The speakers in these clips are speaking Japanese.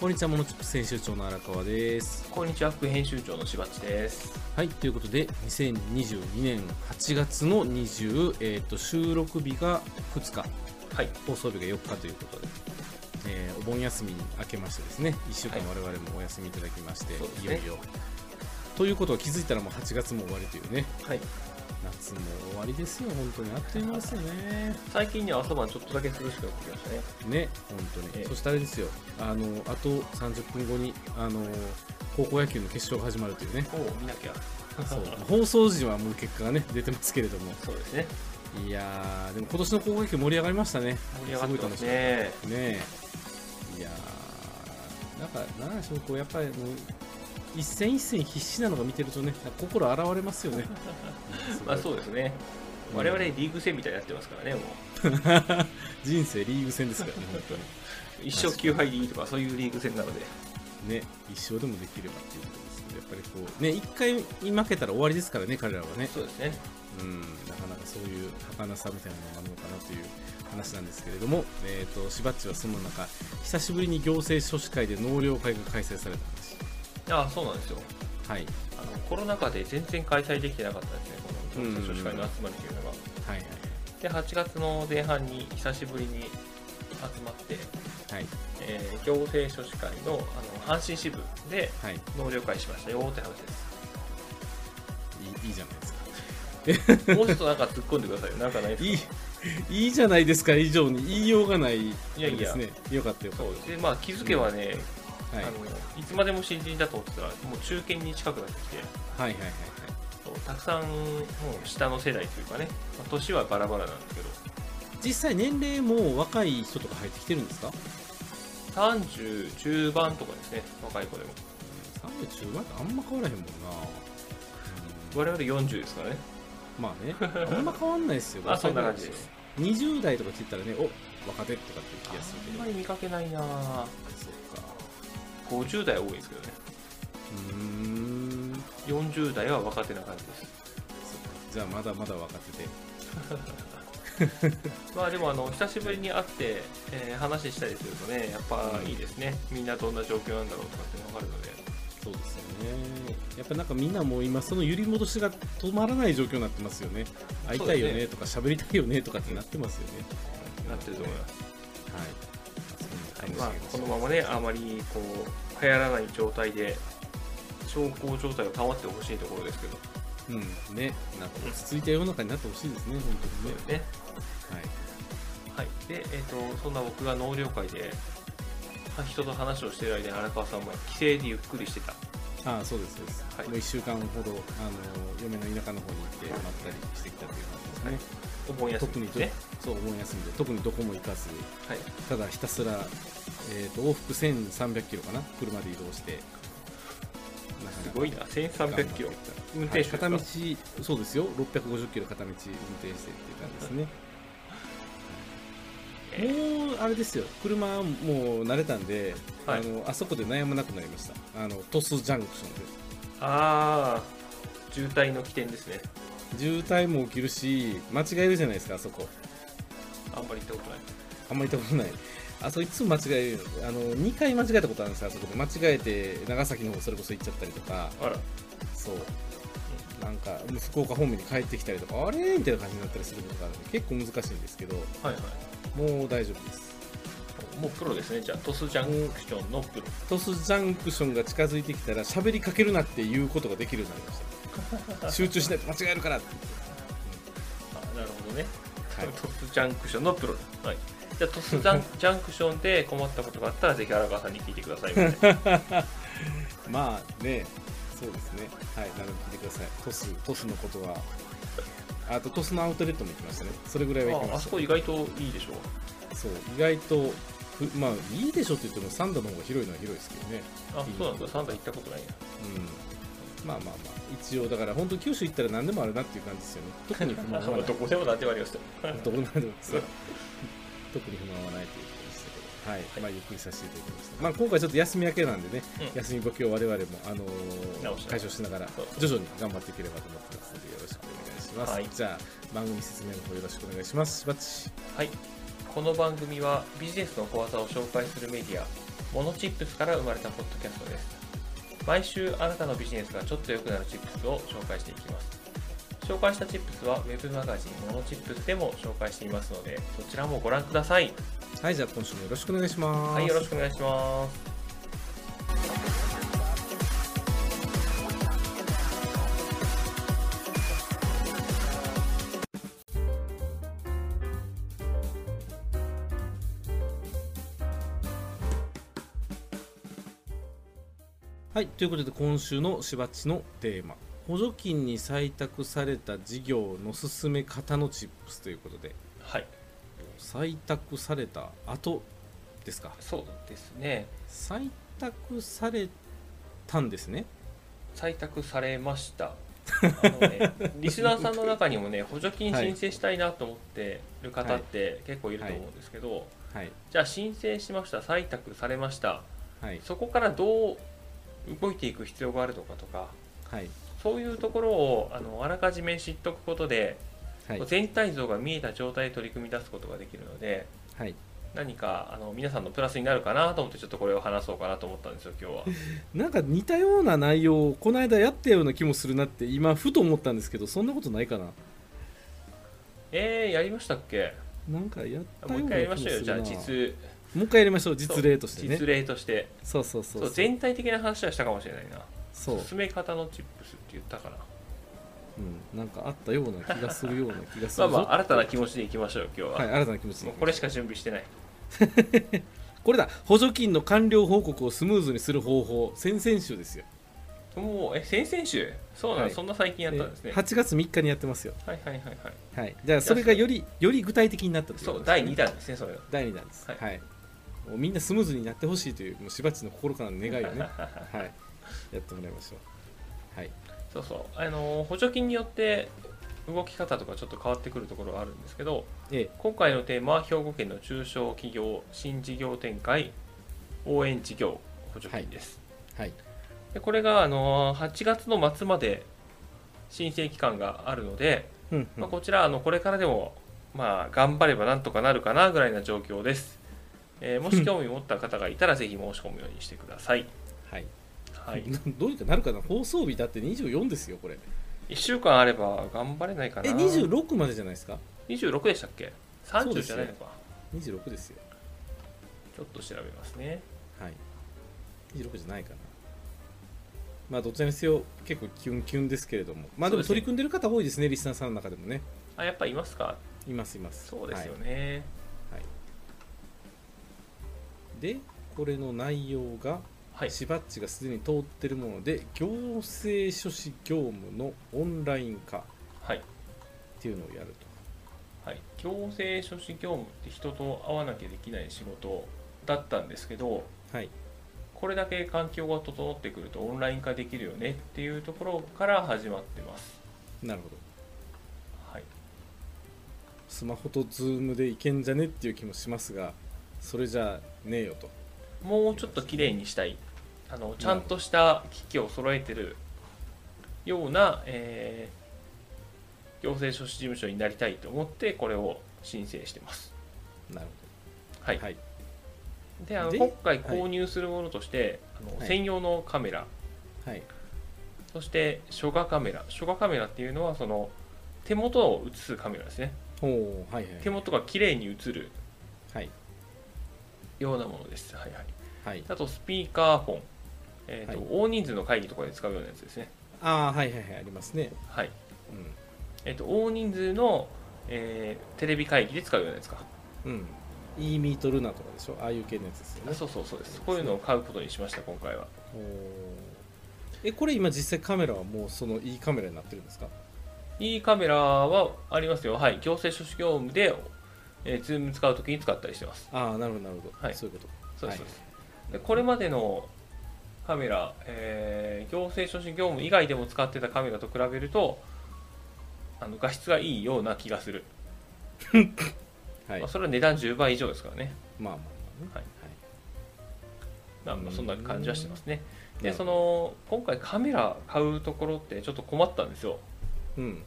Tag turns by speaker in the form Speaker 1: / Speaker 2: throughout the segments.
Speaker 1: こんにちは、モノチップ編集長の荒川です。
Speaker 2: こんにちは、副編集長のしばっちです。
Speaker 1: はい、ということで、2022年8月の20、えっ、と、収録日が2日、
Speaker 2: はい。
Speaker 1: 放送日が4日ということで、えーお盆休みに明けましてですね、1週間
Speaker 2: はい
Speaker 1: 我々もお休みいただきまして、
Speaker 2: そうです
Speaker 1: い
Speaker 2: ね
Speaker 1: よいよ。ということは気づいたらもう8月も終わりというね、
Speaker 2: はい。
Speaker 1: 夏も終わりですよ、本当に。あっという間ですよね。
Speaker 2: 最近ね、朝晩ちょっとだけ涼しくなってきましたね。
Speaker 1: ね、本当
Speaker 2: え
Speaker 1: に。
Speaker 2: え
Speaker 1: そしてあれですよ、あの、あと30分後に、あの、高校野球の決勝が始まるというね。
Speaker 2: おお、見なきゃ。
Speaker 1: そう 放送時はもう結果がね出てますけれども
Speaker 2: そうですね。
Speaker 1: いやーでも今年の高校野球盛り上がりましたね
Speaker 2: 盛り上がってます
Speaker 1: ごい楽し
Speaker 2: ね。
Speaker 1: かったねえいやーなんかなんでしょうこうやっぱりもう一戦一戦必死なのが見てるとねなんか心洗われますよね
Speaker 2: まあそううですね。我々リーグ戦みたいになってますからね、もう。
Speaker 1: 人生リーグ戦ですからね本当に
Speaker 2: 一生9敗でいいとか、そういうリーグ戦なので。
Speaker 1: ね一生でもできればっていうことですけどやっぱりこうね一回負けたら終わりですからね彼らはね
Speaker 2: そうですね。
Speaker 1: うん、なかなかそういう儚さみたいなのがあるのかなという話なんですけれども、えー、としばっちはその中久しぶりに行政書士会で納涼会が開催されたんです
Speaker 2: ああ、そうなんですよ。
Speaker 1: はい
Speaker 2: あの、コロナ禍で全然開催できてなかったですね、この
Speaker 1: うん
Speaker 2: 女性女子会の集まりというのが。
Speaker 1: はいはい
Speaker 2: で、8月の前半に久しぶりに集まって、
Speaker 1: はい
Speaker 2: えー、行政書士会のあの阪神支部で
Speaker 1: はい
Speaker 2: 納涼会 しましたよって話です。
Speaker 1: いいいいじゃないですか
Speaker 2: もうちょっとなんか突っ込んでくださいよ。なんかないですか
Speaker 1: いいいいじゃないですか以上に言いようがない
Speaker 2: やいや
Speaker 1: ですねよかったよかっ
Speaker 2: そうでまあ気づけばね、
Speaker 1: た、はい、
Speaker 2: あ
Speaker 1: はい
Speaker 2: のいつまでも新人だと思ってたらもう中堅に近くなってきて
Speaker 1: はいはいはい
Speaker 2: そうたくさんもう下の世代というかね、まあ年はバラバラなんですけど
Speaker 1: 実際年齢も若い人とか入ってきてるんですか
Speaker 2: 30中盤とかですね若い子でも
Speaker 1: 3月中盤ってあんま変わらへんもんな、うん
Speaker 2: 我々40ですからね
Speaker 1: まあねあんま変わんないですよ
Speaker 2: まあそんな感じです
Speaker 1: 20代とか聞いたらね、お若手とかっていう気がする
Speaker 2: あ
Speaker 1: け
Speaker 2: ん
Speaker 1: ど
Speaker 2: ま、り見かけないなぁ
Speaker 1: そうか。
Speaker 2: 50代多いですけどね
Speaker 1: うーん、
Speaker 2: 40代は若手な感じです
Speaker 1: そうか。じゃあ、まだまだ若手で。
Speaker 2: まあでもあの久しぶりに会って、えー話したりするとねやっぱいいですね、みんなどんな状況なんだろうとかっていうのが分かるので
Speaker 1: そうですよね。やっぱなんかみんなもう今、その揺り戻しが止まらない状況になってますよね。会いたいよ
Speaker 2: そう
Speaker 1: ねとか、喋りたいよねとかってなってますよね。
Speaker 2: なってると思います、
Speaker 1: はい。そんな
Speaker 2: まあ
Speaker 1: 感じで、
Speaker 2: このままねあまりこう流行らない状態で小康状態を保ってほしいところですけど
Speaker 1: うん、ね。なんか落ち着いた世の中になってほしいですね、本当にね。
Speaker 2: ね
Speaker 1: はい。
Speaker 2: はいでえっ、とそんな僕が納涼会では人と話をしてる間に荒川さんも帰省でゆっくりしてた
Speaker 1: ああそうですそうです、
Speaker 2: はい
Speaker 1: もう1週間ほどあの嫁の田舎の方に行ってまったりしてきたという感じですね、
Speaker 2: お盆休
Speaker 1: 特
Speaker 2: み
Speaker 1: に
Speaker 2: です
Speaker 1: ど
Speaker 2: ね
Speaker 1: そう思い休んで特にどこも行かず
Speaker 2: はい
Speaker 1: ただひたすら、えー、と往復1 3 0 0キロかな車で移動して
Speaker 2: すごいな1300キロ運転手ですか、
Speaker 1: 片道そうですよ6 5 0キロ片道運転してっていう感じですね
Speaker 2: えー
Speaker 1: もうあれですよ車もう慣れたんで、
Speaker 2: はい
Speaker 1: あのあそこで悩まなくなりましたあの鳥栖ジャンクションで
Speaker 2: ああ渋滞の起点ですね
Speaker 1: 渋滞も起きるし間違えるじゃないですかあそこ
Speaker 2: あんまり行ったことない
Speaker 1: あんまり行ったことないあそこいつも間違えるあの2回間違えたことあるんですよあそこで間違えて長崎の方それこそ行っちゃったりとか
Speaker 2: あら
Speaker 1: そうなんか福岡方面に帰ってきたりとかあれみたいな感じになったりすることがあるんで結構難しいんですけど
Speaker 2: はいはい
Speaker 1: もう大丈夫です
Speaker 2: もうプロですねじゃあトスジャンクションのプロ
Speaker 1: トスジャンクションが近づいてきたら喋りかけるなっていうことができるようになりました集中しないと間違えるからって
Speaker 2: あなるほどね、
Speaker 1: はい
Speaker 2: トスジャンクションのプロだはいじゃあトスジャンジャンクションで困ったことがあったらぜひ荒川さんに聞いてくださ いみたいな
Speaker 1: まあね、そうですね。はい、なので聞いてください。トス、トスのことは。あと、トスのアウトレットも行きましたね。それぐらいは行き
Speaker 2: あ
Speaker 1: ま
Speaker 2: あ
Speaker 1: し
Speaker 2: そ
Speaker 1: た。
Speaker 2: こ意外といいでしょう
Speaker 1: そう、意外と、ふまあ、いいでしょって言っても、サンダの方が広いのは広いですけどね。
Speaker 2: あそうなんだサンダ行ったことないな
Speaker 1: うん。まあまあまあ、一応、だから、本当九州行ったら何でもあるなっていう感じですよね。特に不満は ない。
Speaker 2: どこでも何でもありますよ
Speaker 1: どこなんでもそう特に不満はないということでしたけど、はい、まあ、ゆっくりさせていただきました。まあ、今回ちょっと休み明けなんでね、
Speaker 2: うん
Speaker 1: 休みぼけを我々も、あの
Speaker 2: 直し
Speaker 1: ー、
Speaker 2: て
Speaker 1: 解消しながら
Speaker 2: そう、
Speaker 1: 徐々に頑張っていければと思ってますので、よろしくお願いします。
Speaker 2: はい
Speaker 1: じゃあ、番組説明の方よろしくお願いします。しばっち。
Speaker 2: はい。この番組はビジネスの小技を紹介するメディアモノチップスから生まれたポッドキャストです毎週あなたのビジネスがちょっと良くなるチップスを紹介していきます紹介したチップスはウェブマガジンモノチップスでも紹介していますのでそちらもご覧ください
Speaker 1: はいじゃあ今週もよろしくお願いします
Speaker 2: はいよろしくお願いします
Speaker 1: はいということで今週のしばっちのテーマ補助金に採択された事業の進め方のチップスということで
Speaker 2: はい
Speaker 1: 採択された後ですか
Speaker 2: そうですね
Speaker 1: 採択されたんですね
Speaker 2: 採択されましたあの ねリスナーさんの中にもね補助金申請したいなと思ってる方って結構いると思うんですけど、
Speaker 1: はい
Speaker 2: じゃあ申請しました採択されました
Speaker 1: はい
Speaker 2: そこからどう動いていく必要があるのかとか
Speaker 1: はい
Speaker 2: そういうところをあのあらかじめ知っておくことで、
Speaker 1: はい
Speaker 2: 全体像が見えた状態で取り組み出すことができるので
Speaker 1: はい
Speaker 2: 何かあの皆さんのプラスになるかなと思ってちょっとこれを話そうかなと思ったんですよ今日は。
Speaker 1: なんか似たような内容をこの間やったような気もするなって今ふと思ったんですけどそんなことないかな
Speaker 2: えー、やりましたっけ
Speaker 1: なんかやった
Speaker 2: も
Speaker 1: よ
Speaker 2: う
Speaker 1: う
Speaker 2: 一
Speaker 1: な気
Speaker 2: 回やりま
Speaker 1: も
Speaker 2: し
Speaker 1: す
Speaker 2: ょうよ
Speaker 1: る
Speaker 2: じゃ
Speaker 1: な
Speaker 2: あ
Speaker 1: も
Speaker 2: 実
Speaker 1: う一回やりましょう実例としてね
Speaker 2: 実例として
Speaker 1: そうそうそう
Speaker 2: そう全体的な話はしたかもしれないな
Speaker 1: そう、
Speaker 2: 進め方のチップスって言ったかな
Speaker 1: うん、なんかあったような気がするような気がす
Speaker 2: まあ
Speaker 1: るぞ
Speaker 2: まあ新たな気持ちでいきましょう今日は、
Speaker 1: はい新たな気持ちで
Speaker 2: もうこれしか準備してない
Speaker 1: これだ補助金の完了報告をスムーズにする方法先々週ですよ
Speaker 2: もうえ先々週そうなの、
Speaker 1: はい
Speaker 2: そんな最近やったんですね
Speaker 1: えー
Speaker 2: はい
Speaker 1: 8月3日にやってますよ
Speaker 2: はいはいはい
Speaker 1: はいじゃあそれがよりより具体的になったといこ
Speaker 2: そ
Speaker 1: と
Speaker 2: う
Speaker 1: です
Speaker 2: 第
Speaker 1: ね
Speaker 2: 2弾ですねそれが
Speaker 1: 第2弾ですは、
Speaker 2: はいい
Speaker 1: もうみんなスムーズになってほしいというもうしばっちの心からの願いをね、 はい、やってもらいましょうはい
Speaker 2: そうそうあのー補助金によって動き方とかちょっと変わってくるところがあるんですけど
Speaker 1: え
Speaker 2: 今回のテーマは兵庫県の中小企業新事業展開応援事業補助金です、
Speaker 1: えはい
Speaker 2: でこれが、あのー8月の末まで申請期間があるので、
Speaker 1: うんうん
Speaker 2: まあ、こちらあのこれからでも、まあ、頑張ればなんとかなるかなぐらいな状況です、えーもし興味持った方がいたらぜひ申し込むようにしてください、
Speaker 1: はい、
Speaker 2: はい、
Speaker 1: どうにかなるかな放送日だって24ですよこれ
Speaker 2: 1週間あれば頑張れないかな
Speaker 1: え26までじゃないですか
Speaker 2: 26でしたっけ
Speaker 1: そうです
Speaker 2: 30じ
Speaker 1: よ
Speaker 2: ゃないのか、
Speaker 1: 26ですよ
Speaker 2: ちょっと調べますね
Speaker 1: はい26じゃないかなまあどちらにせよ結構キュンキュンですけれどもまあでも
Speaker 2: そ
Speaker 1: 取
Speaker 2: うですね
Speaker 1: り組んでる方多いですねリスナーさんの中でもね
Speaker 2: あやっぱいますか
Speaker 1: いますいます
Speaker 2: そうですよ
Speaker 1: は
Speaker 2: ね、
Speaker 1: いでこれの内容が
Speaker 2: はい
Speaker 1: しばっちがすでに通ってるもので行政書士業務のオンライン化っ
Speaker 2: はい
Speaker 1: ていうのをやると
Speaker 2: はい、行政書士業務って人と会わなきゃできない仕事だったんですけど
Speaker 1: はい
Speaker 2: これだけ環境が整ってくるとオンライン化できるよねっていうところから始まってます、
Speaker 1: なるほど
Speaker 2: はい、
Speaker 1: スマホとズームでいけんじゃねっていう気もしますがそれじゃねえよと
Speaker 2: もうちょっと綺麗にしたいあのちゃんとした機器を揃えてるような、えー行政書士事務所になりたいと思ってこれを申請してます、
Speaker 1: なる
Speaker 2: はい
Speaker 1: ほどはい
Speaker 2: であの
Speaker 1: で
Speaker 2: 今回購入するものとして、あ
Speaker 1: は
Speaker 2: の
Speaker 1: い
Speaker 2: 専用のカメラ、
Speaker 1: はい
Speaker 2: そして書画カメラ書画カメラっていうのはその手元を映すカメラですね
Speaker 1: ほうはいはい
Speaker 2: 手元が綺麗に映る
Speaker 1: はい
Speaker 2: ようなものです、はいはい、
Speaker 1: はい
Speaker 2: あとスピーカーフォン、えーと
Speaker 1: はい
Speaker 2: 大人数の会議とかで使うようなやつですね、
Speaker 1: ああはいはいはいありますね
Speaker 2: はい
Speaker 1: う
Speaker 2: えー、と大人数の、えーテレビ会議で使うようなやつか
Speaker 1: んうんイーミートルナとかでしょああいう系のやつですよ
Speaker 2: あ
Speaker 1: ね
Speaker 2: そうそうそうですこういうのを買うことにしました今回は
Speaker 1: ほうえこれ今実際カメラはもうそのいいカメラになってるんですか
Speaker 2: いいカメラはありますよはい行政書士業務で、えー、ズーム使うときに使ったりしてます
Speaker 1: ああなるほどなるほど、
Speaker 2: はい
Speaker 1: そういうこと
Speaker 2: そうで
Speaker 1: は
Speaker 2: す、そう
Speaker 1: い
Speaker 2: ですでこれまでのカメラ、えー行政書士業務以外でも使ってたカメラと比べるとあの画質がいいような気がする、
Speaker 1: はい
Speaker 2: ま
Speaker 1: ま
Speaker 2: あ、それは値段10倍以上ですからね、
Speaker 1: あまあまあね
Speaker 2: はいまあ、まあそんな感じはしてますね
Speaker 1: い
Speaker 2: でその今回カメラ買うところってちょっと困ったんですよ
Speaker 1: うん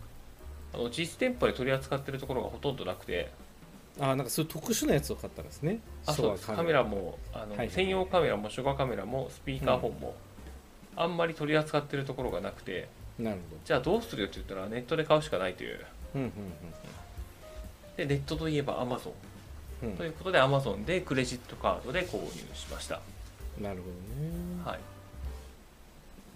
Speaker 2: あの実店舗で取り扱ってるところがほとんどなくて
Speaker 1: あーなんかそういう特殊なやつを買ったんですね
Speaker 2: あそうですカメラもあの、
Speaker 1: はいはい
Speaker 2: 専用カメラもショガカメラもスピーカーフォンも、あんまり取り扱ってるところがなくて
Speaker 1: なるほ
Speaker 2: じゃあどうするよって言ったらネットで買うしかないという
Speaker 1: どうん
Speaker 2: でネットといえばアマゾ
Speaker 1: うんうん、
Speaker 2: ンということでアマゾンでクレジットカードで購入しました、
Speaker 1: うん、なるほどね、
Speaker 2: はい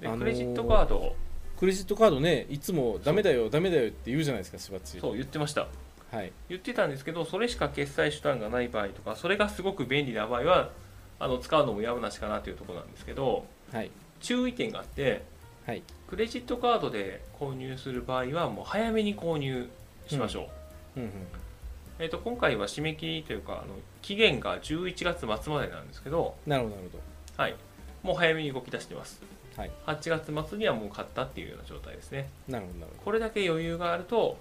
Speaker 2: で
Speaker 1: あのー
Speaker 2: クレジットカードを
Speaker 1: クレジットカードねいつもダメだよダメだよって言うじゃないですかしばっち
Speaker 2: そう言ってました
Speaker 1: はい
Speaker 2: 言ってたんですけどそれしか決済手段がない場合とかそれがすごく便利な場合はあの使うのもやむなしかなというところなんですけど
Speaker 1: はい
Speaker 2: 注意点があって
Speaker 1: はい
Speaker 2: クレジットカードで購入する場合はもう早めに購入しましょ
Speaker 1: う
Speaker 2: う、
Speaker 1: んうん
Speaker 2: えー、と今回は締め切りというかあの期限が11月末までなんですけど、
Speaker 1: なるほどなるほ
Speaker 2: はい、もう早めに動き出してます
Speaker 1: どはい
Speaker 2: 8月末にはもう買ったっていうような状態ですね
Speaker 1: なるほどなる
Speaker 2: これだけ余裕があると、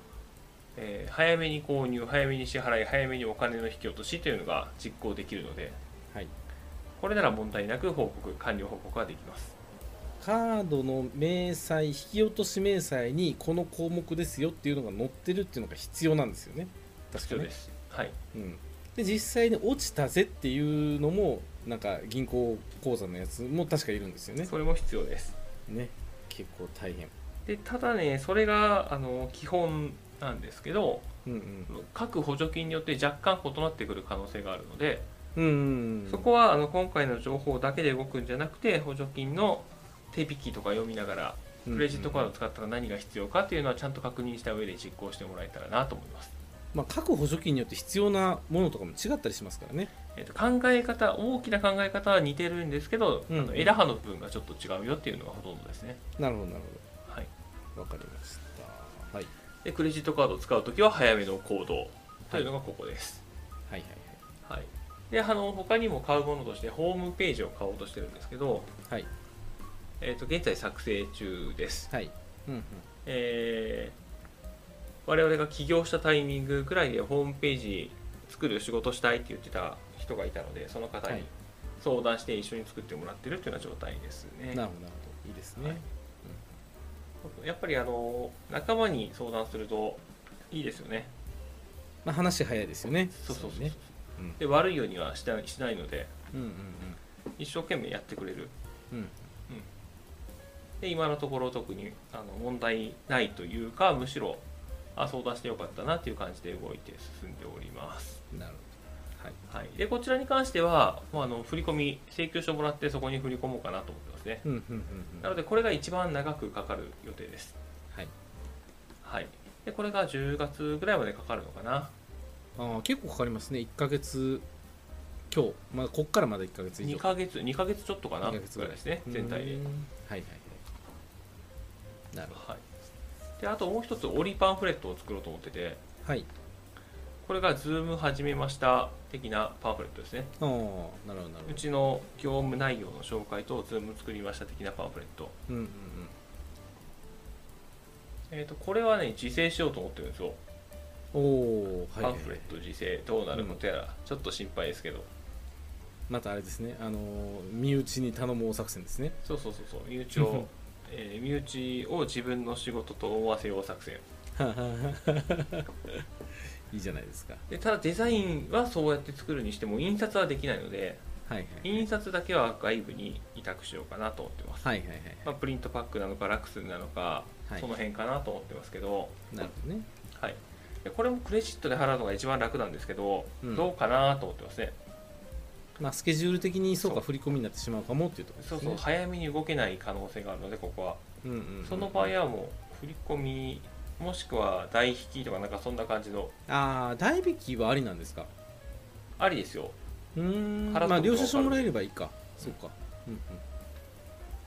Speaker 2: えー早めに購入早めに支払い早めにお金の引き落としというのが実行できるので
Speaker 1: ほどはい
Speaker 2: これなら問題なく報告完了報告ができます
Speaker 1: カードの明細引き落とし明細にこの項目ですよっていうのが載ってるっていうのが必要なんですよね確
Speaker 2: 必
Speaker 1: か
Speaker 2: 要
Speaker 1: に、
Speaker 2: で
Speaker 1: ね
Speaker 2: す、はい、
Speaker 1: うん、で実際に落ちたぜっていうのもなんか銀行口座のやつも確かいるんですよね
Speaker 2: それも必要です
Speaker 1: ね結構大変
Speaker 2: でただねそれがあの基本なんですけど
Speaker 1: うんうん
Speaker 2: 各補助金によって若干異なってくる可能性があるので、
Speaker 1: うんうんうん
Speaker 2: そこはあの今回の情報だけで動くんじゃなくて補助金の手引きとか読みながらクレジットカードを使ったら何が必要かっていうのはちゃんと確認した上で実行してもらえたらなと思います、
Speaker 1: まあ、各補助金によって必要なものとかも違ったりしますからね。
Speaker 2: えっと考え方大きな考え方は似てるんですけど、
Speaker 1: うん
Speaker 2: あの枝葉の部分がちょっと違うよっていうのがほとんどですね、
Speaker 1: なるほど、なる
Speaker 2: はい、
Speaker 1: ほど。わかりました。はい。
Speaker 2: でクレジットカードを使う時は早めの行動というのがここです、
Speaker 1: はいはいはい。
Speaker 2: はい、であの他にも買うものとしてホームページを買おうとしてるんですけど、
Speaker 1: はい。
Speaker 2: えっと現在作成中です
Speaker 1: はい。うんうん。
Speaker 2: えー我々が起業したタイミングぐらいでホームページ作る仕事したいって言ってた人がいたのでその方
Speaker 1: はい
Speaker 2: に相談して一緒に作ってもらってるっていうような状態です
Speaker 1: な
Speaker 2: ね。
Speaker 1: るほど、なるほど。いいですね。
Speaker 2: はいやっぱりあの仲間に相談するといいですよね。
Speaker 1: まあ、話早いですよね。
Speaker 2: そうそうそう
Speaker 1: ね。うん
Speaker 2: で悪いようにはしないしないので
Speaker 1: うんうん
Speaker 2: 一生懸命やってくれる。
Speaker 1: うん。うん。
Speaker 2: で今のところ特にあの問題ないというかむしろあ相談してよかったなっていう感じで動いて進んでおります。
Speaker 1: なるほど。はい。
Speaker 2: はい、でこちらに関しては、まあ、あの振り込み請求書もらってそこに振り込もうかなと思ってますね
Speaker 1: うんうんうんうん。
Speaker 2: なのでこれが一番長くかかる予定です、
Speaker 1: はい。
Speaker 2: はい、でこれが10月ぐらいまでかかるのかな
Speaker 1: ああ、結構かかりますね。1ヶ月今日。まあ、こっからまだ1ヶ月以
Speaker 2: 2
Speaker 1: 上。
Speaker 2: ヶ月2ヶ月ちょっとかな
Speaker 1: 二
Speaker 2: ぐ
Speaker 1: ヶ月ぐ
Speaker 2: ら
Speaker 1: ら
Speaker 2: い
Speaker 1: い
Speaker 2: ですね
Speaker 1: うん
Speaker 2: 全体で
Speaker 1: はい、はいはい。なるほ
Speaker 2: はい、であともう一つ折りパンフレットを作ろうと思ってて
Speaker 1: ど。はい。
Speaker 2: これが Zoom 始めました的なパンフレットですね
Speaker 1: ああ、なるほど、なるほ
Speaker 2: う
Speaker 1: ど。
Speaker 2: ちの業務内容の紹介と Zoom 作りました的なパンフレット、
Speaker 1: うんうんうん。
Speaker 2: えー、とこれはね自制しようと思ってるんですよ
Speaker 1: おお、はい
Speaker 2: パ
Speaker 1: は
Speaker 2: ン
Speaker 1: い
Speaker 2: フ
Speaker 1: は
Speaker 2: レッ
Speaker 1: い。
Speaker 2: ト自制どうなることやら、ちょっと心配ですけど
Speaker 1: またあれですね、あのー身内に頼もう作戦ですね。
Speaker 2: そうそうそうそう身内 を、えー身内を自分の仕事と思わせよう作戦
Speaker 1: いいじゃないですか。
Speaker 2: でただデザインはそうやって作るにしても印刷はできないので
Speaker 1: はいはい。
Speaker 2: 印刷だけは外部に委託しようかなと思ってます、
Speaker 1: はいはいはい。
Speaker 2: まあ、プリントパックなのかラクスなのか、
Speaker 1: はい
Speaker 2: その辺かなと思ってますけど、
Speaker 1: なるほどね。
Speaker 2: はい、でこれもクレジットで払うのが一番楽なんですけど、
Speaker 1: うん
Speaker 2: どうかなと思ってますね
Speaker 1: まあ、スケジュール的にそう
Speaker 2: そ
Speaker 1: か振り込みになってしまうかもっていうところです
Speaker 2: そ
Speaker 1: ね。
Speaker 2: うそう、早めに動けない可能性があるのでここは
Speaker 1: うんうんうん
Speaker 2: その場合はもう振り込みもしくは代引きとかなんかそんな感じの
Speaker 1: ああ、代引きはありなんですか。
Speaker 2: ありですよ
Speaker 1: うーん。
Speaker 2: 払っとくと
Speaker 1: まあ、領収書もらえればいいか。そうか。うん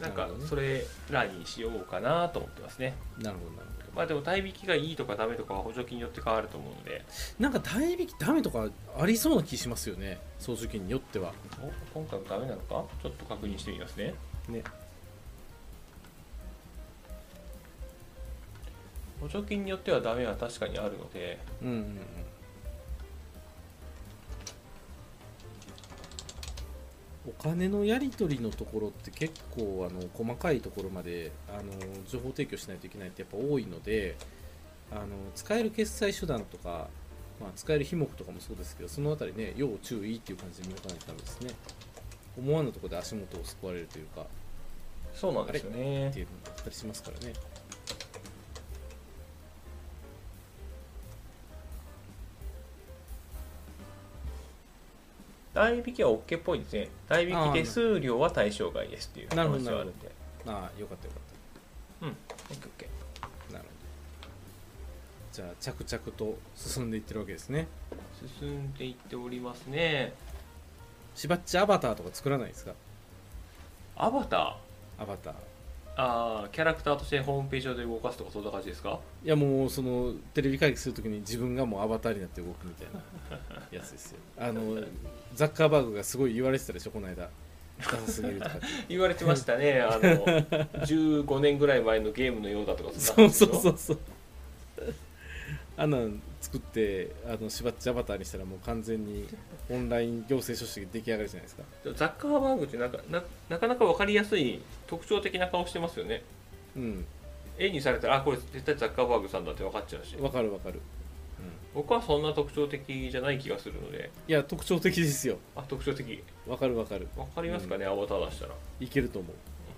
Speaker 2: なんか
Speaker 1: なるほどね
Speaker 2: それらにしようかなと思ってますね
Speaker 1: うん。なるほどなるほど。
Speaker 2: まあでも代引きがいいとかダメとかは補助金によって変わると思うので
Speaker 1: なんか代引きダメとかありそうな気しますよね。総書記によっては。
Speaker 2: お今回もダメなのかちょっと確認してみますね
Speaker 1: ね。
Speaker 2: 補助金によってはダメは確かにあるので
Speaker 1: うんうんうん。お金のやり取りのところって結構あの細かいところまであの情報提供しないといけないってやっぱ多いのであの使える決済手段とかまあ、使える品目とかもそうですけどそのあたりね要注意っていう感じで見抜かないとダメですね思わぬところで足元をすくわれるというか
Speaker 2: そうなんですよね
Speaker 1: っていうのがあったりしますからね
Speaker 2: 代引きは OK っぽいですね代
Speaker 1: あ
Speaker 2: 引
Speaker 1: ー
Speaker 2: き手数料は対象外ですっていう
Speaker 1: なるほど
Speaker 2: 話はあるんで
Speaker 1: ああよかったよかっ
Speaker 2: うん OKOK
Speaker 1: たなるほどじゃあ着々と進んでいってるわけですね
Speaker 2: 進んでいっておりますね
Speaker 1: しばっちアバターとか作らないですか
Speaker 2: アバター
Speaker 1: アバター
Speaker 2: ああキャラクターとしてホームページ上で動かすとかそんな感じですか
Speaker 1: いやもうそのテレビ会議するときに自分がもうアバターになって動くみたいなやつですよあのザッカーバーグがすごい言われてたでしょこの間ダンすぎるとかって
Speaker 2: 言われてました ねあの15年ぐらい前のゲームのようだとか
Speaker 1: そうそうそううそうあんなん作ってあのしばっちアバターにしたらもう完全にオンライン行政書士が出来上がるじゃないですか
Speaker 2: ザッカーバーグってなんかななかなか分かりやすい特徴的な顔してますよね
Speaker 1: うん
Speaker 2: 絵にされたらあこれ絶対ザッカーバーグさんだって分かっちゃうし
Speaker 1: わかるわかる、うん、
Speaker 2: 僕はそんな特徴的じゃない気がするので
Speaker 1: いや特徴的ですよ
Speaker 2: あ特徴的
Speaker 1: わかるわかる
Speaker 2: 分かりますかね、アバター出したら
Speaker 1: いけると思う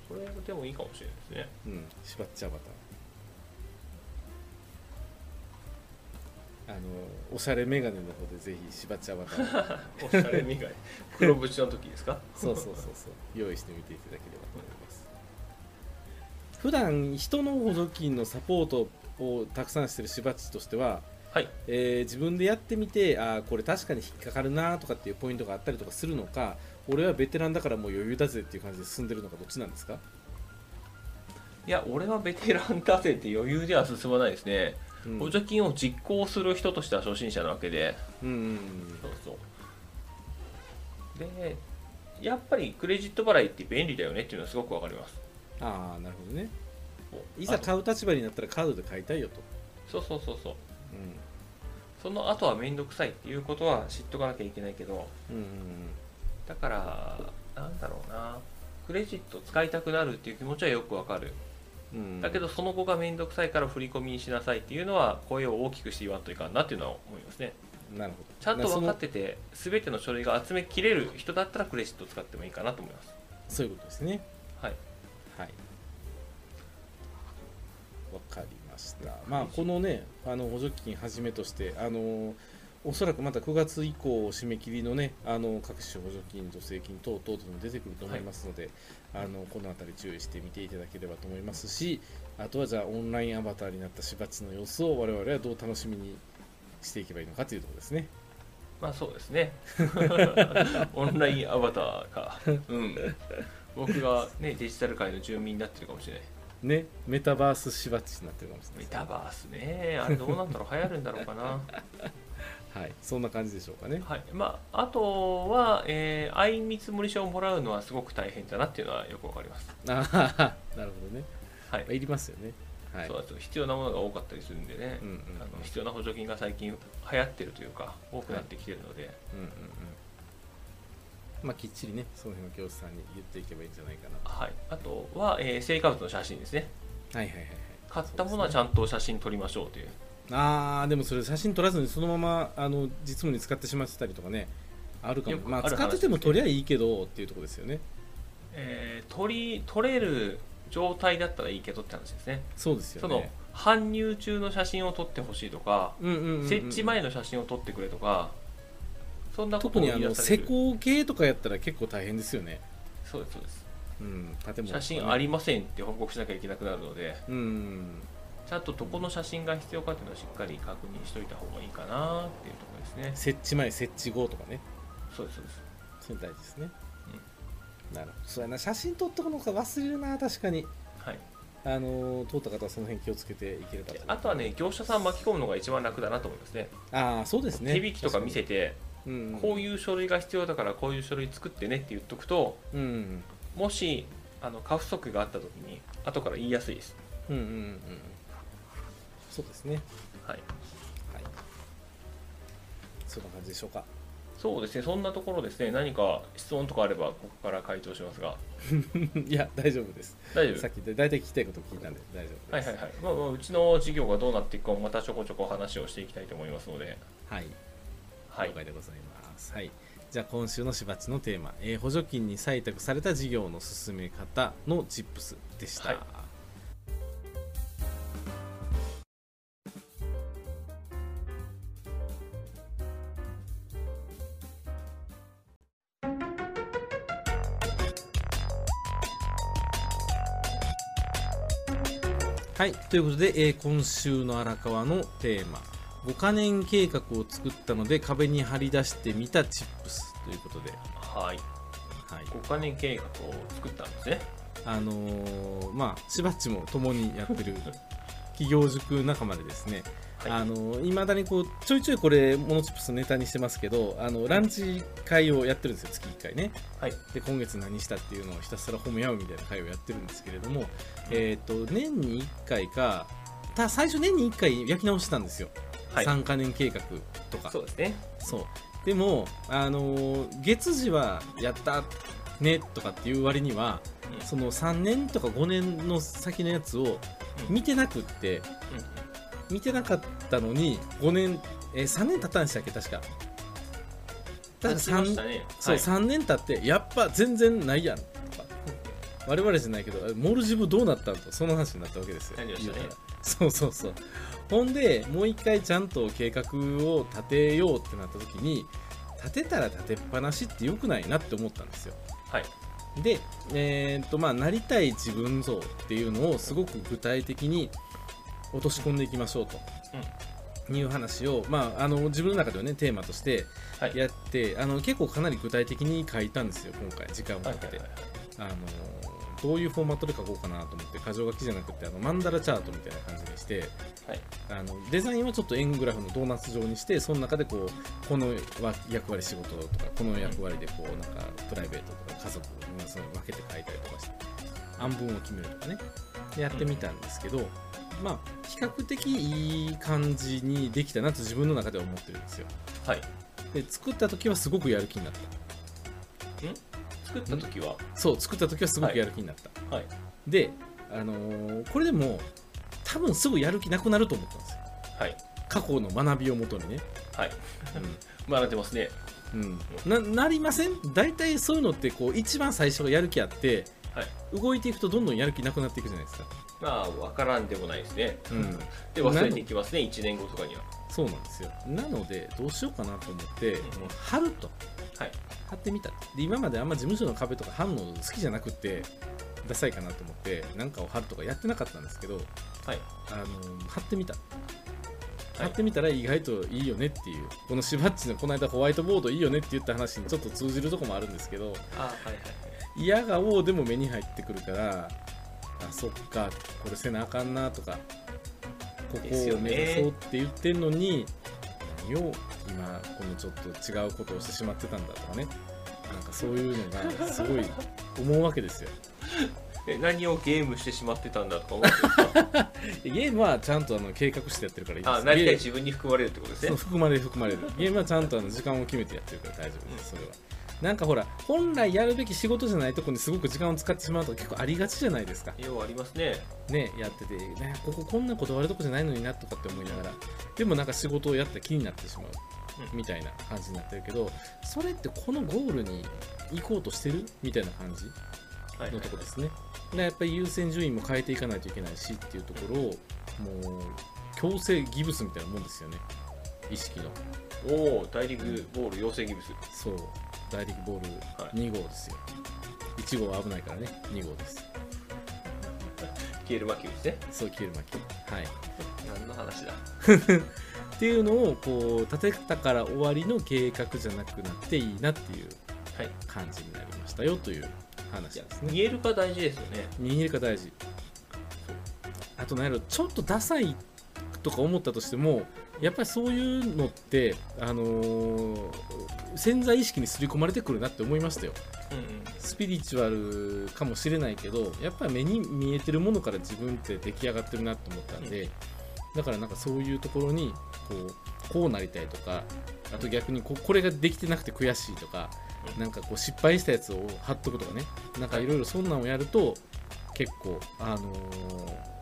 Speaker 2: それでもいいかもしれないですね
Speaker 1: うん、しばっちゃバター。あの、おしゃれメガネの方でぜひしばっちゃバター。
Speaker 2: おしゃれ以外 黒縁の時ですか
Speaker 1: そうそうそうそう、用意してみていただければと思います。普段人の補助金のサポートをたくさんしてるしばっちとしては、
Speaker 2: はい
Speaker 1: えー自分でやってみてあーこれ確かに引っかかるなとかっていうポイントがあったりとかするのか俺はベテランだからもう余裕だぜっていう感じで進んでるのかどっちなんですか、
Speaker 2: いや俺はベテランだぜって余裕では進まないですね、
Speaker 1: うん、
Speaker 2: 補助金を実行する人としては初心者なわけで
Speaker 1: うんうんうん
Speaker 2: そうそうでやっぱりクレジット払いって便利だよねっていうのはすごくわかります
Speaker 1: ああなるほどね
Speaker 2: こう
Speaker 1: いざ
Speaker 2: あの
Speaker 1: 買う立場になったらカードで買いたいよと、
Speaker 2: そうそうそうそう
Speaker 1: う
Speaker 2: その後は面倒くさいっていうことは知っとかなきゃいけないけど
Speaker 1: ん、うんうん
Speaker 2: だからなんだろうなクレジット使いたくなるっていう気持ちはよくわかる
Speaker 1: うんうん
Speaker 2: だけどその後が面倒くさいから振り込みにしなさいっていうのは声を大きくして言わんといかんなっていうのは思いますね
Speaker 1: なるほど
Speaker 2: ちゃんと分かっ
Speaker 1: その
Speaker 2: てて全ての書類が集めきれる人だったらクレジット使ってもいいかなと思います
Speaker 1: そういうことですね
Speaker 2: はい
Speaker 1: はいわかりましたまあこのねあの補助金はじめとしてあのおそらくまた9月以降締め切りのねあの各種補助金助成金等々とも出てくると思いますので、あのこの辺り注意してみていただければと思いますしあとはじゃあオンラインアバターになったしばちの様子を我々はどう楽しみにしていけばいいのかというところですね
Speaker 2: まあそうですね オンラインアバター かうん僕がねデジタル界の住民になってるかもしれない
Speaker 1: ねメタバースしばちになってるかもしれない
Speaker 2: メ
Speaker 1: ですね
Speaker 2: タバースねあれどうなんだろう流行るんだろうか な
Speaker 1: はい、そんな感じでしょうかね。
Speaker 2: はいまああとは、えー、相見積もり書をもらうのはすごく大変だなっていうのはよくわかります
Speaker 1: ああ、なるほどね。
Speaker 2: はい、
Speaker 1: いりますよね。はい。
Speaker 2: そうなんですよ必要なものが多かったりするんでね、
Speaker 1: うんうん
Speaker 2: あの必要な補助金が最近流行ってるというか多くなってきてるので、
Speaker 1: うんうんうん。まあ、きっちりね、その辺は教師さんに言っていけばいいんじゃないかな。
Speaker 2: はい、あとは、えー、成果物の写真ですね
Speaker 1: はいはいはいはい。
Speaker 2: 買ったものはちゃんと写真撮りましょうという
Speaker 1: ああ、でもそれ写真撮らずにそのままあの実務に使ってしまってたりとかね。あるかも。
Speaker 2: よく
Speaker 1: まあ、
Speaker 2: ある話
Speaker 1: 使ってても撮りゃいいけどっていうところですよね。
Speaker 2: えー撮り撮れる状態だったらいいけどって話ですね
Speaker 1: そうですよ
Speaker 2: その
Speaker 1: ね。
Speaker 2: 搬入中の写真を撮ってほしいとか、
Speaker 1: うんうんうんうん
Speaker 2: 設置前の写真を撮ってくれとかそんなこ
Speaker 1: 特
Speaker 2: とを
Speaker 1: に
Speaker 2: 言
Speaker 1: あ
Speaker 2: い出
Speaker 1: の
Speaker 2: さ
Speaker 1: 施
Speaker 2: れる
Speaker 1: 工系とかやったら結構大変ですよね。
Speaker 2: そうですそうです
Speaker 1: うん、建物とかね、
Speaker 2: 写真ありませんって報告しなきゃいけなくなるので
Speaker 1: うん。
Speaker 2: ちゃんとどこの写真が必要かっていうのをしっかり確認しといた方がいいかなっていうところですね
Speaker 1: 設置前、設置後とかね。
Speaker 2: そうですそうです
Speaker 1: そういうの大事ですね、なるほどそうやな写真撮っとくのか忘れるな確かに
Speaker 2: はい
Speaker 1: あのー撮った方はその辺気をつけていければ
Speaker 2: であとはね業者さん巻き込むのが一番楽だなと思いますね
Speaker 1: ああそうですね
Speaker 2: 手引きとか見せて
Speaker 1: 確かにうん
Speaker 2: こういう書類が必要だからこういう書類作ってねって言っとくと
Speaker 1: うんうん
Speaker 2: もしあの過不足があった時に後から言いやすいです
Speaker 1: うんうんうんうんそうですね
Speaker 2: はい
Speaker 1: はいそんな感じでしょうか
Speaker 2: そうですね、そんなところですね、何か質問とかあれば、ここから回答しますが、
Speaker 1: いや大丈夫です
Speaker 2: 大丈夫
Speaker 1: さっきで大体聞きたいこと聞いたんで大丈夫
Speaker 2: はい
Speaker 1: です
Speaker 2: はいはい、まあまあ、うちの事業がどうなっていくかもまたちょこちょこ話をしていきたいと思いますので、
Speaker 1: はい
Speaker 2: はい
Speaker 1: 了、解でございます。はい。じゃあ今週のしばっちのテーマ、えー補助金に採択された事業の進め方のチップスでした。
Speaker 2: はい
Speaker 1: はい、ということで、えー今週の荒川のテーマ5カ年計画を作ったので壁に張り出してみたチップスということで、
Speaker 2: は
Speaker 1: は
Speaker 2: い、
Speaker 1: い、
Speaker 2: お金計画を作ったんですね。
Speaker 1: あのーまあしばっちも共にや ってる企業塾仲間でですね
Speaker 2: はい、
Speaker 1: あのいまだにこうちょいちょいこれモノチップスネタにしてますけどあのランチ会をやってるんですよ月1回ね
Speaker 2: はい、
Speaker 1: で今月何したっていうのをひたすら褒め合うみたいな会をやってるんですけれども、えっ、と年に1回かた最初年に1回焼き直してたんですよ、
Speaker 2: はい、
Speaker 1: 3カ年計画とか
Speaker 2: そうですね。
Speaker 1: そうでも、あのー月次はやったねとかっていう割には
Speaker 2: うん
Speaker 1: その3年とか5年の先のやつを見てなくって、
Speaker 2: うん
Speaker 1: 見てなかったのに5年、えー、3年経ったんでしたっけ確か確か
Speaker 2: 立ちま
Speaker 1: 三
Speaker 2: したね。
Speaker 1: そう、
Speaker 2: はい
Speaker 1: 3年経ってやっぱ全然ないやんとか我々じゃないけどえモルジブどうなったんとその話になったわけですよ
Speaker 2: なりましたね
Speaker 1: 言うたらそうそうそうほんでもう一回ちゃんと計画を立てようってなった時に立てたら立てっぱなしって良くないなって思ったんですよ
Speaker 2: はい、
Speaker 1: で、えーっとまあ、なりたい自分像っていうのをすごく具体的に落とし込んでいきましょうと。いう話を、まあ、あの自分の中では、ね、テーマとして
Speaker 2: はい
Speaker 1: やって、あの結構かなり具体的に書いたんですよ今回時間を
Speaker 2: は
Speaker 1: か
Speaker 2: い、
Speaker 1: けて、
Speaker 2: はい
Speaker 1: あのどういうフォーマットで書こうかなと思って箇条書きじゃなくてあのマンダラチャートみたいな感じにして、
Speaker 2: はい
Speaker 1: あのデザインはちょっと円グラフのドーナツ状にしてその中でこうこのわ役割仕事とかこの役割でこうなんかプライベートとか家族のその分けて書いたりとかして暗文を決めるとかねでやってみたんですけど、まあ比較的いい感じにできたなと自分の中では思ってるんですよ
Speaker 2: はい。
Speaker 1: で作った時はすごくやる気になった
Speaker 2: 作った時は、
Speaker 1: そう作った時はすごくやる気になった、
Speaker 2: はい、
Speaker 1: で、あのーこれでも多分すぐやる気なくなると思ったんですよ
Speaker 2: はい、
Speaker 1: 過去の学びをもとにね、
Speaker 2: はい、学んでますね。
Speaker 1: うんうん、ななりません大体そういうのってこう一番最初がやる気あって、
Speaker 2: はい
Speaker 1: 動いていくとどんどんやる気なくなっていくじゃないですか、
Speaker 2: まあ、わからんでもないですね。
Speaker 1: うん、
Speaker 2: で、忘れていきますね、1年後とかには。
Speaker 1: そうなんですよなのでどうしようかなと思って、
Speaker 2: うん
Speaker 1: もう貼ると
Speaker 2: はい、
Speaker 1: 貼ってみたで今まであんま事務所の壁とか貼るの好きじゃなくてダサいかなと思って何かを貼るとかやってなかったんですけど、
Speaker 2: はい、
Speaker 1: あの貼ってみた貼ってみたら意外といいよねっていうこのしばっちのこの間ホワイトボードいいよねって言った話にちょっと通じるとこもあるんですけど
Speaker 2: あ、はい、はい、
Speaker 1: 嫌がおうでも目に入ってくるからあそっかこれせなあかんなとかこ
Speaker 2: です
Speaker 1: こ
Speaker 2: よ
Speaker 1: を
Speaker 2: ね
Speaker 1: 目指そうって言ってんのに、何を今このちょっと違うことをしてしまってたんだとかねなんかそういうのがすごい思うわけ ですよ
Speaker 2: え、何をゲームしてしまってたんだとか思って、
Speaker 1: ゲームはちゃんとあの計画してやってるからいいです
Speaker 2: あ、なり
Speaker 1: ゲ
Speaker 2: たい
Speaker 1: ー
Speaker 2: 自分に含まれるってことです
Speaker 1: そう
Speaker 2: ね。
Speaker 1: 含まれる含まれるゲームはちゃんとあの時間を決めてやってるから大丈夫ですそれはなんかほら本来やるべき仕事じゃないとこにすごく時間を使ってしまうとか結構ありがちじゃないですか
Speaker 2: ようありますね。
Speaker 1: ねやってて、ね、こここんなこと悪いとこじゃないのになとかって思いながらでもなんか仕事をやった気になってしまう
Speaker 2: うん
Speaker 1: みたいな感じになってるけどそれってこのゴールに行こうとしてるみたいな感じ
Speaker 2: はい、
Speaker 1: のとこですね。でやっぱり優先順位も変えていかないといけないしっていうところをもう強制ギブスみたいなもんですよね意識の
Speaker 2: おお、大リーグボール養成ギブス。
Speaker 1: そう大陸ボール2号ですよ、1号は危ないからね2号です
Speaker 2: 消える魔球ですね。
Speaker 1: そう消える巻きはい
Speaker 2: 何の話だ。
Speaker 1: っていうのをこう立てたから終わりの計画じゃなくなっていいなっていう
Speaker 2: はい。
Speaker 1: 感じになりましたよという話
Speaker 2: いや
Speaker 1: です、ね
Speaker 2: 見える化大事ですよね。
Speaker 1: 見えるか大事あと何やろちょっとダサいとか思ったとしてもやっぱりそういうのって、あのー潜在意識に刷り込まれてくるなって思いましたよ
Speaker 2: うんうん。
Speaker 1: スピリチュアルかもしれないけどやっぱり目に見えてるものから自分って出来上がってるなと思ったんで、だからなんかそういうところにこうこうなりたいとかあと逆にここれができてなくて悔しいとかなんかこう失敗したやつを貼っとくとかねなんかいろいろそんなんをやると結構あのー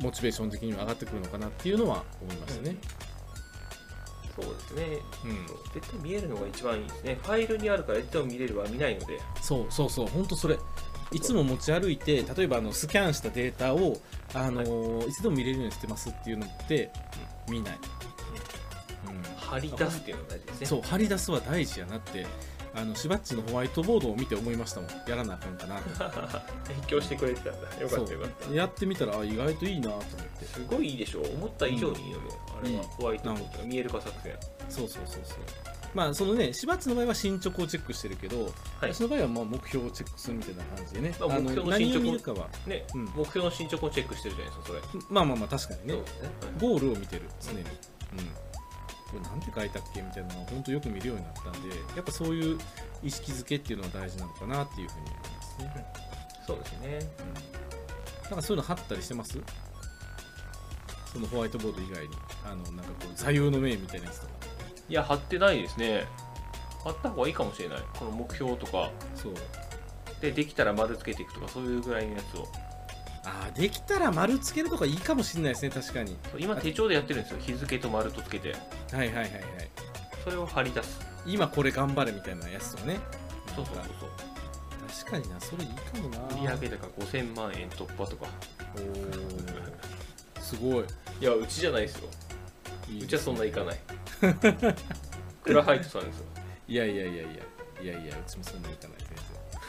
Speaker 1: モチベーション的には上がってくるのかなっていうのは思いましたね。
Speaker 2: そうですね
Speaker 1: うん、
Speaker 2: 絶対見えるのが一番いいですねファイルにあるからいつでも見れるは見ないので
Speaker 1: そうそうそう本当それいつも持ち歩いて例えばあのスキャンしたデータを、あのーい、つでも見れるようにしてますっていうのって見ない、う
Speaker 2: 貼り出すっていうのが大事です
Speaker 1: ん、
Speaker 2: ね
Speaker 1: そう張り出すは大事やなってあのしばっちのホワイトボードを見て思いましたもんやらなあかんかな と
Speaker 2: 勉強してくれてたんだよか
Speaker 1: そ
Speaker 2: ったよかった
Speaker 1: うやってみたらあ意外といいなと思って
Speaker 2: すごいいいでしょ思った以上にいいよね、
Speaker 1: うん
Speaker 2: あれはホワイトボードが見える化作戦
Speaker 1: そうそうそうそうまあそのねしばっちの場合は進捗をチェックしてるけど、
Speaker 2: はい
Speaker 1: 私の場合はまあ目標をチェックするみたいな感じでね、
Speaker 2: まあ
Speaker 1: の
Speaker 2: 目標の進
Speaker 1: 何
Speaker 2: 捗
Speaker 1: を
Speaker 2: を
Speaker 1: 見るかは
Speaker 2: ね、
Speaker 1: うん
Speaker 2: 目標の進捗をチェックしてるじゃないですかそれ
Speaker 1: まあまあまあ確かにね
Speaker 2: そうですね、はい
Speaker 1: ゴールを見てる常に、うん、これなんて書いたっけみたいなのを本当よく見るようになったんでやっぱそういう意識づけっていうのは大事なのかなっていうふうに思いますね、
Speaker 2: そうですね
Speaker 1: うん、なんかそういうの貼ったりしてますそのホワイトボード以外にあのなんかこう座右の銘みたいなやつとか
Speaker 2: いや貼ってないですね貼った方がいいかもしれないこの目標とか
Speaker 1: そう
Speaker 2: でできたら丸つけていくとかそういうぐらいのやつを
Speaker 1: ああできたら丸つけるとかいいかもしれないですね確かに
Speaker 2: そう今手帳でやってるんですよ日付と丸とつけて
Speaker 1: はいはいはいはい
Speaker 2: それを貼り出す
Speaker 1: 今これ頑張れみたいなやつとかね
Speaker 2: そうそう
Speaker 1: なんか
Speaker 2: そう
Speaker 1: 確かになそれいいかもな
Speaker 2: そう売上高5000万円突破とか
Speaker 1: おーすごい
Speaker 2: いやうちじゃないですよ
Speaker 1: いいですね
Speaker 2: うちはそんないか ないクラハイトさんですよ
Speaker 1: いやいやいやいやいやいやうちもそんなにいかない全然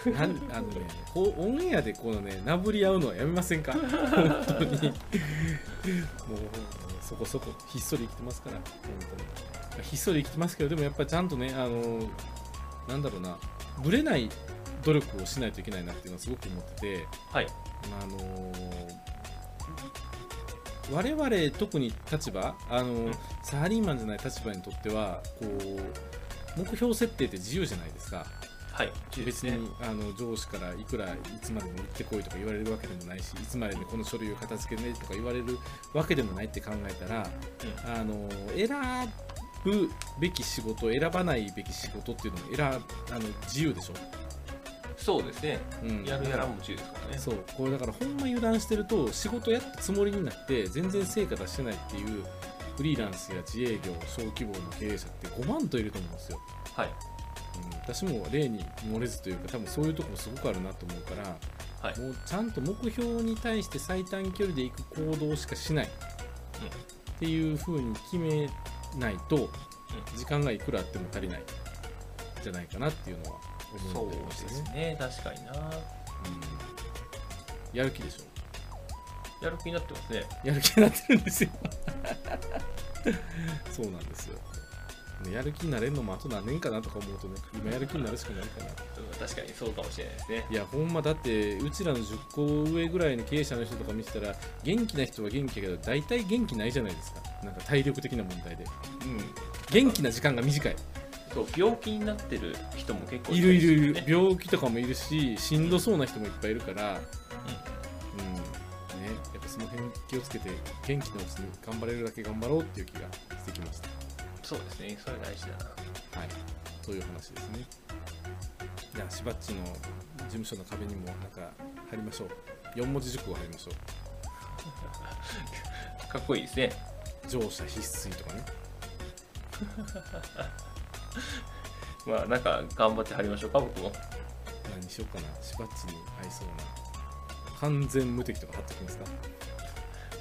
Speaker 1: なんあのねこうオンエアでこのねなぶり合うのはやめませ んか本当にもうそこそこひっそり生きてますから本当にひっそり生きてますけどでもやっぱりちゃんとねあのなんだろうなぶれない努力をしないといけないなっていうのはすごく思ってて
Speaker 2: はい
Speaker 1: あのー我々特に立場、あのー
Speaker 2: うん
Speaker 1: サラリーマンじゃない立場にとってはこう目標設定って自由じゃないですか
Speaker 2: はい
Speaker 1: 別に、あの上司からいくらいつまでに行ってこいとか言われるわけでもないしいつまでにこの書類を片付けねとか言われるわけでもないって考えたら、あのー選ぶべき仕事選ばないべき仕事っていうのも選あの自由でしょ、
Speaker 2: そうですね
Speaker 1: うん、
Speaker 2: やるやらも自由ですからね
Speaker 1: そうこれだからほんま油断してると仕事やったつもりになって全然成果出してないっていうフリーランスや自営業小規模の経営者って5万といると思うんですよ、
Speaker 2: はい
Speaker 1: うん、私も例に漏れずというか多分そういうとこもすごくあるなと思うから、
Speaker 2: はい
Speaker 1: もうちゃんと目標に対して最短距離で行く行動しかしないっていう風に決めないと時間がいくらあっても足りないじゃないかなっていうのは
Speaker 2: そ
Speaker 1: 思
Speaker 2: う
Speaker 1: ってま
Speaker 2: ですす
Speaker 1: ね、
Speaker 2: ね確かにな
Speaker 1: うん、やる気でしょ
Speaker 2: やる気になってますね
Speaker 1: やる気になってるんですよ そうなんですよねやる気になれるのもあと何年かなとか思うとね今やる気になるしかないかな
Speaker 2: 確かにそうかもしれないですね
Speaker 1: いやほんまだってうちらの10個上ぐらいの経営者の人とか見てたら元気な人は元気やけど大体元気ないじゃないですかなんか体力的な問題で
Speaker 2: うん
Speaker 1: 元気な時間が短い
Speaker 2: そう病気になってる人も結構
Speaker 1: いるいるい
Speaker 2: た
Speaker 1: る
Speaker 2: りし
Speaker 1: 病気とかもいるししんどそうな人もいっぱいいるからうん、ねやっぱその辺気をつけて元気のうちに頑張れるだけ頑張ろうっていう気がしてきました
Speaker 2: ますねそうですねそれ大事だな
Speaker 1: はい、そういう話ですね。じゃあ、しばっちの事務所の壁にもなんか貼りましょう。4文字熟語貼りましょう。
Speaker 2: かっこいいですね
Speaker 1: 乗車必須とかね。
Speaker 2: まあなんか頑張って貼りましょうか僕も
Speaker 1: 何しようかな。しばっちに合いそうな。完全無敵とか貼ってきますか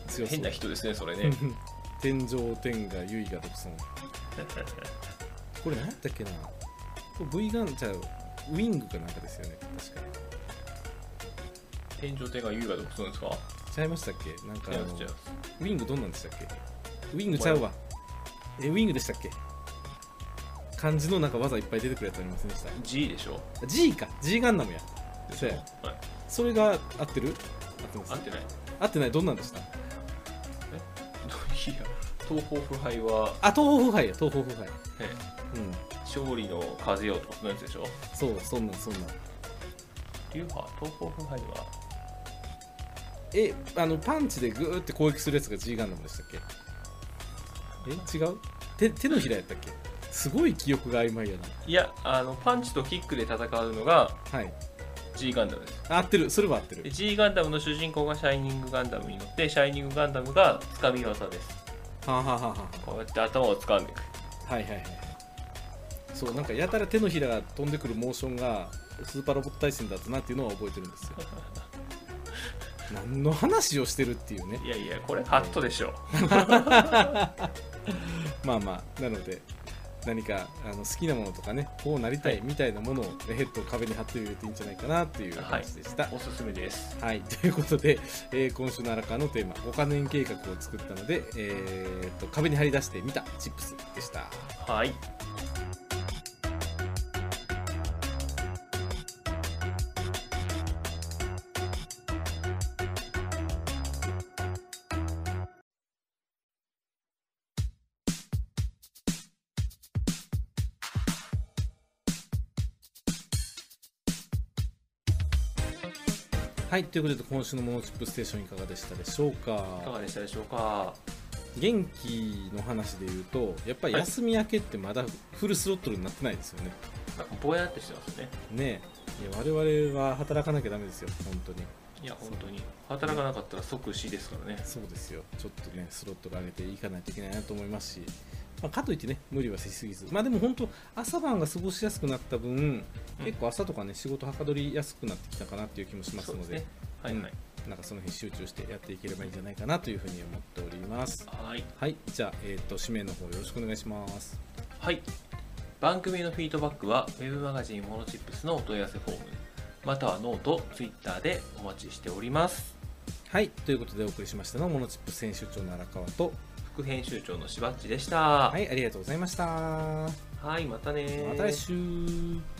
Speaker 1: 強そう
Speaker 2: 変な人ですねそれ
Speaker 1: う
Speaker 2: ね
Speaker 1: ん 天井天が唯が独尊。これ何やったっけなこれ ?V ガンちゃう。ウィングかなんかですよね。確か
Speaker 2: 天井天が優雅でそうですか
Speaker 1: ちゃいましたっけなんかあ
Speaker 2: 違います
Speaker 1: の
Speaker 2: 違います
Speaker 1: ウィングどんなんでしたっけウィングちゃうわ。え、ウィングでしたっけ漢字のなんか技いっぱい出てくるやつありませんでした
Speaker 2: G でしょ
Speaker 1: ?G か !G ガンダムや。そうや。
Speaker 2: はい
Speaker 1: それが合ってる合ってます
Speaker 2: 合ってない
Speaker 1: 合ってないどんなんでした
Speaker 2: いや東方腐敗は、
Speaker 1: あ、東方腐敗や、東方腐敗。
Speaker 2: ね、
Speaker 1: うん。
Speaker 2: 勝利の風よとかそのやつでしょ
Speaker 1: そう、そんなん、そんなん。
Speaker 2: 流派東方腐敗は
Speaker 1: え、あの、パンチでグーって攻撃するやつが G ガンダムでしたっけえ、違う手手のひらやったっけすごい記憶が曖昧やな。
Speaker 2: いやあのパンチとキックで戦うのが
Speaker 1: はい。
Speaker 2: G ガンダムです
Speaker 1: 合ってる、それは合って
Speaker 2: で
Speaker 1: る。
Speaker 2: G ガンダムの主人公がシャイニングガンダムに乗ってシャイニングガンダムがつかみ技です
Speaker 1: はあ、はあはあは
Speaker 2: こうやって頭を掴んでいく
Speaker 1: あ、はいはいはい。そう、なんかやたら手のひらが飛んでくるモーションが、スーパーロボット対戦だったなっていうのは覚えてるんですよ。何の話をしてるっていうね。
Speaker 2: いやいやこれハットでしょ
Speaker 1: まあまあ、なので、何かあの好きなものとかね、こうなりたいみたいなものをヘッドを壁に貼ってみるといいんじゃないかなっていう話でした。
Speaker 2: おすすめです
Speaker 1: はい、 ということで、えー今週の荒川のテーマ「お金計画」を作ったので、えーっと壁に貼り出してみたチップスでした。
Speaker 2: はい
Speaker 1: はい、ということで今週の「モノチップステーション」いかがでしたでしょう
Speaker 2: いかが
Speaker 1: か
Speaker 2: でしたでしょうか
Speaker 1: 元気の話で言うとやっぱり
Speaker 2: はい
Speaker 1: 休み明けってまだフルスロットルになってないですよね。
Speaker 2: なんかぼやってしてますね
Speaker 1: ねえいや我々は働かなきゃダメですよ本当に
Speaker 2: いや本当に働かなかったら即死ですからね
Speaker 1: そうですよちょっとねスロットル上げていかないといけないなと思いますし、まあ、かといってね無理はせしすぎずまあでも本当朝晩が過ごしやすくなった分
Speaker 2: うん
Speaker 1: 結構朝とかね仕事はかどりやすくなってきたかなっていう気もします
Speaker 2: そう
Speaker 1: の
Speaker 2: で
Speaker 1: です
Speaker 2: ねはいはい、
Speaker 1: なんかその辺集中してやっていければいいんじゃないかなというふうに思っております
Speaker 2: はい
Speaker 1: はいじゃあ、えー、と締めの方よろしくお願いします
Speaker 2: はい番組のフィードバックはウェブマガジンモノチップスのお問い合わせフォームまたはノート、ツイッターでお待ちしております
Speaker 1: はいということでお送りしましたのはモノチップ選手長の荒川と
Speaker 2: 副編集長のしばっちでしたは
Speaker 1: はいありがとうございましたま
Speaker 2: い、またねー
Speaker 1: た来週